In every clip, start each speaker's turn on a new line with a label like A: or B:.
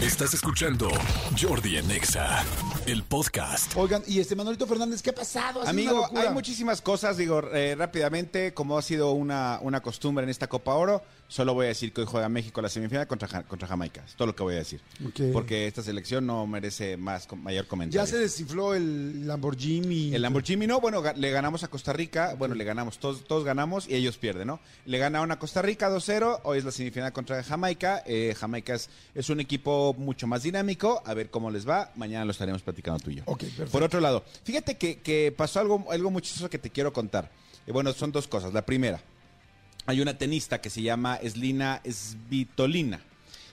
A: Estás escuchando Jordi en EXA, el podcast.
B: Oigan, y este Manolito Fernández, ¿qué ha pasado? Ha sido una
C: Amigo,
B: locura.
C: hay muchísimas cosas, digo, eh, rápidamente, como ha sido una, una costumbre en esta Copa Oro, solo voy a decir que hoy juega México la semifinal contra, Ja- contra Jamaica, es todo lo que voy a decir.
B: Ok.
C: Porque esta selección no merece más com- mayor comentario.
B: Ya se desinfló el Lamborghini.
C: el Lamborghini no, bueno, ga- le ganamos a Costa Rica, bueno, le ganamos, todos, todos ganamos y ellos pierden, ¿no? Le ganaron a Costa Rica 2-0, hoy es la semifinal contra Jamaica, eh, Jamaica es, es un equipo mucho más dinámico, a ver cómo les va, mañana lo estaremos platicando tú y yo.
B: Ok, perfecto.
C: Por otro lado, fíjate que, que pasó algo, algo muy chistoso que te quiero contar. Y bueno, son dos cosas. La primera, hay una tenista que se llama Slina Svitolina.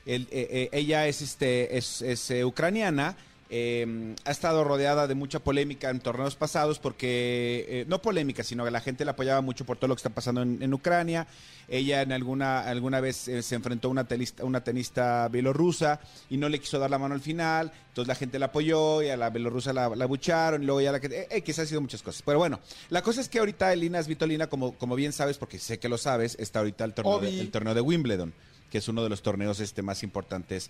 C: El- eh, eh, ella es, este, es, es, eh, ucraniana. eh, ha estado rodeada de mucha polémica en torneos pasados porque, eh, no polémica, sino que la gente la apoyaba mucho por todo lo que está pasando en, en Ucrania. Ella en alguna, alguna vez eh, se enfrentó a una tenista, una tenista bielorrusa y no le quiso dar la mano al final. Entonces la gente la apoyó y a la bielorrusa la, la bucharon. Y luego ya la que. Eh, eh, que se han sido muchas cosas. Pero bueno, la cosa es que ahorita Elina Svitolina, como, como bien sabes, porque sé que lo sabes, está ahorita el torneo, de,
B: Obi.
C: el torneo de Wimbledon, que es uno de los torneos este, más importantes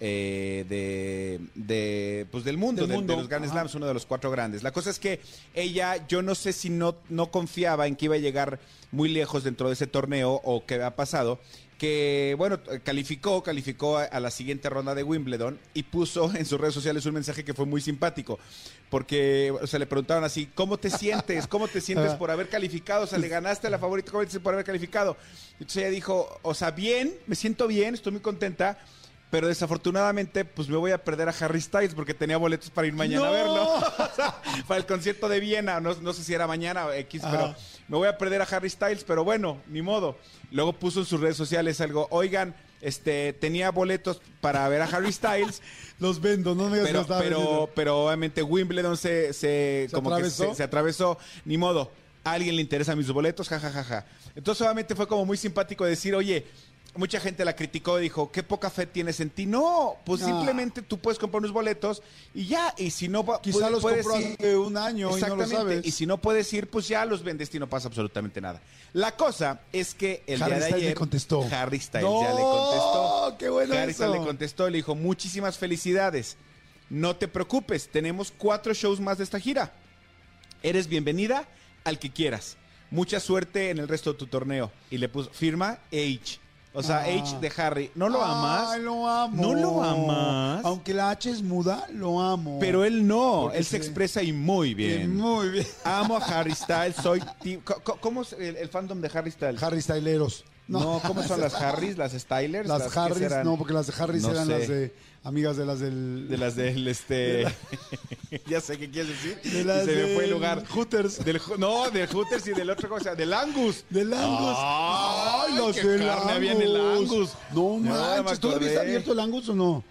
C: eh, de, de, pues, del mundo,
B: Del
C: de- de
B: mundo.
C: los Grand
B: Ajá.
C: Slams, uno de los cuatro grandes. La cosa es que ella, yo no sé si no, no confiaba en que iba a llegar muy lejos dentro de ese torneo o qué ha pasado. Que bueno, calificó, calificó a, a la siguiente ronda de Wimbledon y puso en sus redes sociales un mensaje que fue muy simpático. Porque o sea, le preguntaron así: ¿Cómo te sientes? ¿Cómo te sientes por haber calificado? O sea, le ganaste a la favorita, ¿cómo te sientes por haber calificado? Entonces ella dijo: O sea, bien, me siento bien, estoy muy contenta. Pero desafortunadamente, pues me voy a perder a Harry Styles porque tenía boletos para ir mañana a
B: ¡No!
C: verlo. O sea, para el concierto de Viena, no, no sé si era mañana o X, pero me voy a perder a Harry Styles, pero bueno, ni modo. Luego puso en sus redes sociales algo, oigan, este, tenía boletos para ver a Harry Styles,
B: Los vendo, no me digas que
C: pero,
B: lo estaba
C: pero,
B: vendiendo.
C: pero obviamente Wimbledon se, se,
B: ¿Se
C: como
B: atravesó?
C: que se, se atravesó, ni modo. A alguien le interesan mis boletos, jajajaja. Entonces obviamente fue como muy simpático decir, oye, mucha gente la criticó, dijo, qué poca fe tienes en ti. No, pues
B: Ah.
C: simplemente tú puedes comprar unos boletos y ya, y si no, va-
B: Quizá
C: puede-
B: los
C: puedes
B: compró
C: ir-
B: hace un año y no lo
C: Exactamente.
B: sabes.
C: Y si no puedes ir, pues ya los vendes y no pasa absolutamente nada. La cosa es que el
B: Harry
C: día de
B: Styles
C: ayer.
B: le contestó.
C: Harry Styles
B: ¡No!
C: ya le contestó.
B: ¡Qué bueno
C: Harry
B: eso!
C: Styles le contestó, le dijo: Muchísimas felicidades. No te preocupes, tenemos cuatro shows más de esta gira. Eres bienvenida al que quieras. Mucha suerte en el resto de tu torneo. Y le puso firma H. O sea,
B: Ah.
C: H de Harry. No lo
B: Ay,
C: amas.
B: lo amo.
C: No lo amas.
B: Aunque la H es muda, lo amo.
C: Pero él no.
B: Porque
C: él
B: sí.
C: se expresa y muy
B: Eh,
C: bien.
B: Muy bien.
C: Amo a Harry Styles, soy ti- co- co- ¿Cómo es el, el fandom de Harry Styles?
B: Harry Styleros.
C: no, ¿cómo son las Harrys, las Stylers?
B: Las,
C: que
B: Harrys,
C: serán?
B: no, porque las de Harrys
C: No
B: eran
C: sé.
B: las de amigas de las del.
C: de las del este ya sé qué quieres decir
B: De
C: Y
B: las
C: se me fue
B: del
C: el lugar
B: Hooters.
C: del Ho- no del Hooters y del otro cosa del Angus
B: Del Angus.
C: Ay, qué carne había en el Angus.
B: No
C: Ya me
B: manches, ¿todavía está
C: acordé.
B: abierto el Angus o no?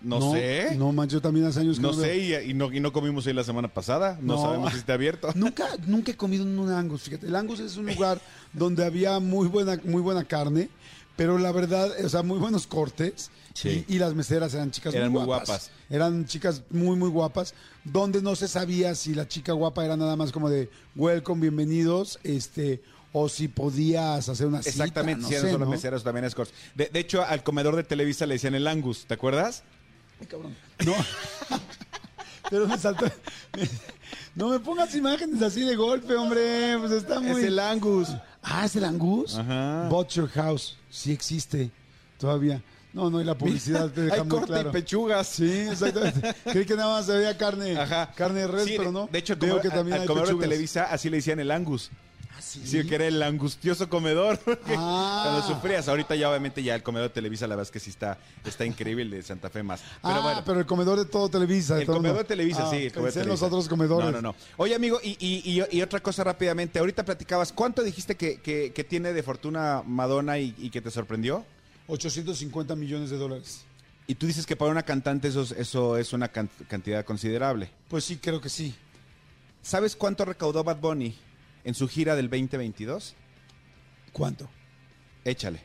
C: No sé.
B: No manches, yo también hace años que
C: no
B: veo.
C: sé y, y no y no comimos ahí la semana pasada no,
B: No.
C: sabemos si está abierto
B: Nunca, nunca he comido en un Angus. Fíjate, el Angus es un lugar donde había muy buena, muy buena carne, pero la verdad, o sea, muy buenos cortes.
C: Sí.
B: Y, y las meseras eran chicas
C: Eran
B: muy
C: muy
B: guapas.
C: guapas.
B: Eran chicas muy, muy guapas, donde no se sabía si la chica guapa era nada más como de welcome, bienvenidos, este, o si podías hacer una cita.
C: Exactamente,
B: no
C: sí, eran
B: sé,
C: solo
B: ¿no?
C: meseros, también escorts. De, de hecho, al comedor de Televisa le decían el Angus, ¿te acuerdas?
B: Ay, cabrón. No. Pero me saltó. No me pongas imágenes así de golpe, hombre. Pues está muy.
C: Es el Angus.
B: Ah, es el Angus.
C: Ajá.
B: Butcher House. Sí existe. Todavía. No, no, y la publicidad te deja
C: Hay
B: muy
C: corte
B: claro.
C: y pechugas.
B: Sí, exactamente. Creí que nada más había carne,
C: Ajá.
B: carne de res,
C: Sí,
B: pero no.
C: De hecho,
B: Veo
C: como,
B: que también
C: al
B: hay
C: comedor de
B: pechugas.
C: Televisa así le decían el Angus.
B: Ah, sí.
C: Sí, que era el angustioso comedor. porque
B: Ah.
C: Cuando sufrías. Ahorita ya obviamente ya el comedor de Televisa la verdad es que sí está, está increíble el de Santa Fe más. Pero
B: ah,
C: bueno.
B: pero el comedor de todo Televisa. de
C: El
B: todo
C: comedor de
B: mundo.
C: Televisa,
B: Ah,
C: sí. El comedor
B: pensé
C: de
B: en los
C: Televisa.
B: otros comedores.
C: No, no, no. Oye, amigo, y, y- y- y otra cosa rápidamente. Ahorita platicabas, ¿cuánto dijiste que, que- que tiene de fortuna Madonna y, y que te sorprendió?
B: 850 millones de dólares.
C: Y tú dices que para una cantante eso, es- eso es una can- cantidad considerable.
B: Pues sí, creo que sí.
C: ¿Sabes cuánto recaudó Bad Bunny en su gira del 2022?
B: ¿Cuánto?
C: Échale.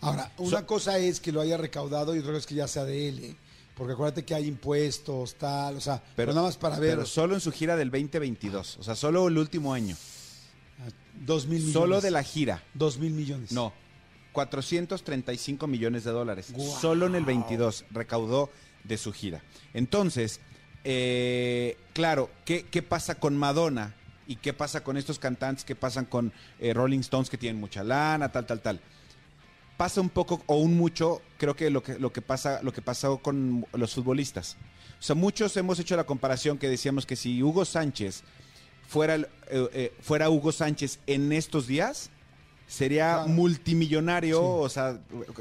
B: Ahora, una cosa es que lo haya recaudado y otra es que ya sea de él, ¿eh? porque acuérdate que hay impuestos, tal, o sea, pero, Pues nada más para ver
C: Pero solo en su gira del 2022. O sea, solo el último año.
B: ah, dos mil millones.
C: Solo de la gira.
B: dos mil millones.
C: No. 435 millones de dólares. Solo en el 22 recaudó de su gira. Entonces, eh, claro, ¿qué, ¿qué pasa con Madonna? ¿Y qué pasa con estos cantantes que pasan con eh, Rolling Stones que tienen mucha lana, tal, tal, tal? Pasa un poco o un mucho, creo que lo que, lo que pasa, lo que pasó con los futbolistas. O sea, muchos hemos hecho la comparación que decíamos que si Hugo Sánchez fuera, el- eh, eh, fuera Hugo Sánchez en estos días, sería
B: Claro.
C: multimillonario,
B: Sí.
C: o sea,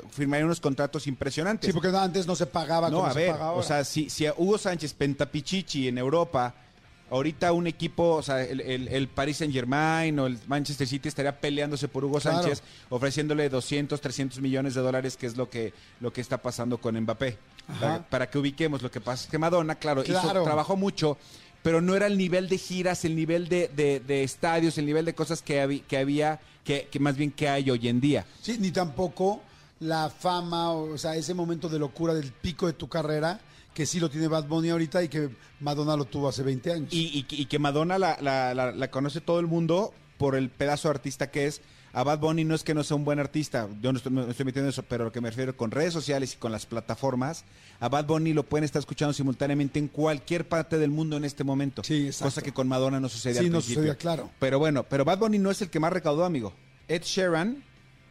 C: firmaría unos contratos impresionantes.
B: Sí, porque antes no se pagaba
C: No,
B: como
C: a
B: se
C: ver,
B: paga ahora.
C: o sea, si, si a Hugo Sánchez pentapichichi en Europa, ahorita un equipo, o sea, el, el- el Paris Saint Germain o el Manchester City estaría peleándose por Hugo
B: Claro.
C: Sánchez, ofreciéndole 200, 300 millones de dólares, que es lo que, lo que está pasando con Mbappé. Para, para que ubiquemos lo que pasa es que Madonna, claro, hizo-
B: Claro.
C: trabajó mucho, pero no era el nivel de giras, el nivel de, de- de estadios, el nivel de cosas que, habi- que había, que, que más bien que hay hoy en día.
B: Sí, ni tampoco la fama, o sea, ese momento de locura del pico de tu carrera, que sí lo tiene Bad Bunny ahorita y que Madonna lo tuvo hace 20 años.
C: Y, y- y que Madonna la, la- la- la conoce todo el mundo por el pedazo de artista que es. A Bad Bunny no es que no sea un buen artista, yo no estoy, no estoy metiendo eso, pero lo que me refiero con redes sociales y con las plataformas, a Bad Bunny lo pueden estar escuchando simultáneamente en cualquier parte del mundo en este momento.
B: Sí, exacto.
C: Cosa que con Madonna no sucedía
B: Sí,
C: al
B: no
C: principio.
B: sucedía, claro.
C: Pero bueno, pero Bad Bunny no es el que más recaudó, amigo. Ed Sheeran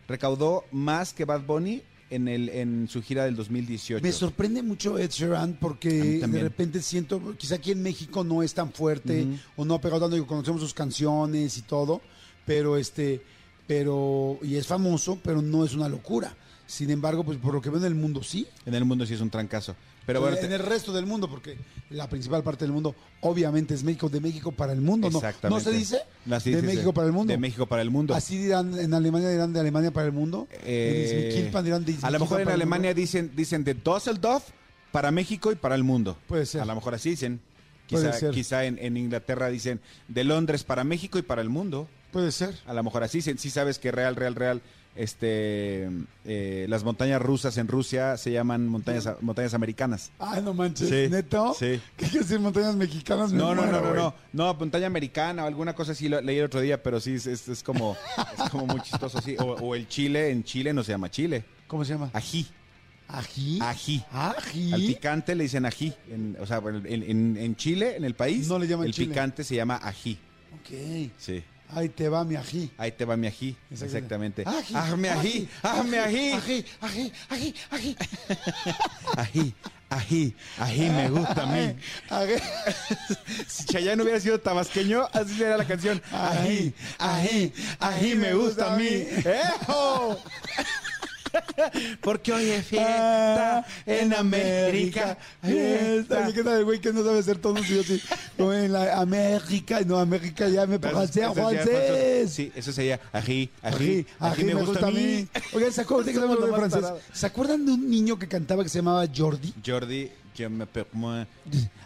C: recaudó más que Bad Bunny en, el, en su gira del 2018.
B: Me sorprende mucho Ed Sheeran
C: A mí
B: porque de
C: también.
B: repente siento, quizá aquí en México no es tan fuerte o no ha pegado tanto, digo, conocemos sus canciones y todo, pero este, pero, y es famoso, pero no es una locura. Sin embargo, pues por lo que veo en el mundo sí.
C: En el mundo sí es un trancazo. Pero bueno,
B: en,
C: te-
B: el resto del mundo, porque la principal parte del mundo obviamente es México, de México para el mundo, ¿no?
C: Exactamente.
B: ¿No se dice?
C: Así
B: de
C: dice,
B: México para el mundo.
C: De México para el mundo.
B: Así dirán, en Alemania dirán de Alemania para el mundo. en
C: Eh,
B: Izmiquilpan dirán de
C: a lo
B: Izmiquilpan
C: mejor en
B: para el mundo.
C: Alemania dicen, dicen de Düsseldorf para México y para el mundo.
B: Puede ser.
C: A lo mejor así dicen.
B: Puede
C: Quizá,
B: ser.
C: quizá en, en Inglaterra dicen de Londres para México y para el mundo.
B: Puede ser.
C: A lo mejor así dicen. Sí sabes que Real, Real, Real, este, eh, las montañas rusas en Rusia se llaman montañas, montañas americanas.
B: Ah, no manches,
C: Sí,
B: neto.
C: sí.
B: ¿Qué quieres decir montañas mexicanas? Me
C: No, no, no,
B: muero,
C: no,
B: güey.
C: no, no, montaña americana o alguna cosa así, lo leí el otro día, pero sí, es, es- es como, es como muy chistoso así. O, o el chile, en Chile no se llama chile,
B: ¿Cómo se llama?
C: ají.
B: Ají.
C: Ají.
B: Ají.
C: Al picante le dicen ají. En, o sea, bueno, en, en- en Chile, en el país,
B: No le llaman
C: el
B: chile.
C: picante se llama ají.
B: Ok.
C: Sí.
B: Ahí te va mi ají.
C: Ahí te va mi ají.
B: Exactamente.
C: Exactamente. Hazme ají, hazme ají.
B: Ají, ají, ají, ají.
C: Ají, ají, ají me gusta a mí.
B: Ají.
C: Si Chayanne hubiera sido tabasqueño, así sería la canción. Ají, ají, ají me gusta a mí. ¡Ejo! Porque hoy es fiesta Ah, en América. Fiesta.
B: Oye, ¿Qué tal el güey que no sabe hacer tonos? Y yo sí. Como en la América. No, América ya
C: Pues,
B: me pasé a
C: Entonces,
B: francés.
C: Sí, eso sería ají,
B: Ají,
C: ají, ají me gusta a mí.
B: Oigan, ¿se acuerdan,
C: Somos
B: de
C: lo más
B: francés?
C: tarados.
B: ¿Se acuerdan de un niño que cantaba que se llamaba Jordi?
C: Jordi, je me permets-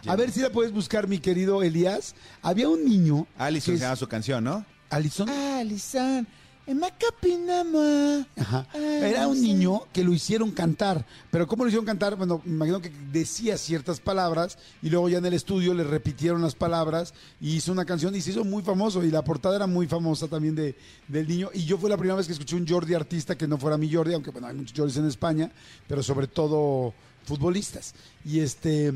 B: A ver si la puedes buscar, mi querido Elías. Había un niño.
C: Alison
B: que
C: Ah, se llama
B: es-
C: su canción, ¿no?
B: Alison.
C: Alison, ma capinama.
B: Ajá. Era un niño que lo hicieron cantar. Pero ¿cómo lo hicieron cantar? Bueno, me imagino que decía ciertas palabras y luego ya en el estudio le repitieron las palabras y hizo una canción y se hizo muy famoso. Y la portada era muy famosa también de, del niño. Y yo fue la primera vez que escuché un Jordi artista que no fuera mi Jordi, aunque bueno, hay muchos Jordis en España, pero sobre todo futbolistas. Y este.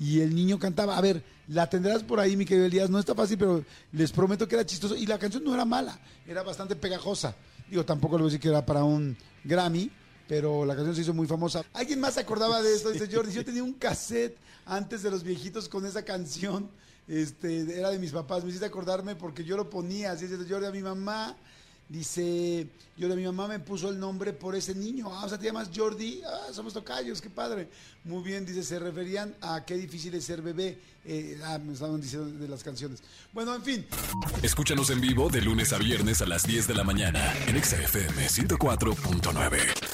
B: Y el niño cantaba, a ver, la tendrás por ahí, mi querido Elías, no está fácil, pero les prometo que era chistoso. Y la canción no era mala, era bastante pegajosa. Digo, tampoco le voy a decir que era para un Grammy, pero la canción se hizo muy famosa. ¿Alguien más se acordaba de esto? Dice Jordi, yo tenía un cassette antes de los viejitos con esa canción. Este, era de mis papás, me hiciste acordarme porque yo lo ponía, así dice Jordi a mi mamá. Dice, yo de mi mamá me puso el nombre por ese niño. Ah, o sea, te llamas Jordi. Ah, somos tocayos, qué padre. Muy bien, dice, se referían a qué difícil es ser bebé. Eh, ah, me estaban diciendo de las canciones. Bueno, en fin.
A: Escúchanos en vivo de lunes a viernes a las 10 de la mañana en Exa FM 104.9.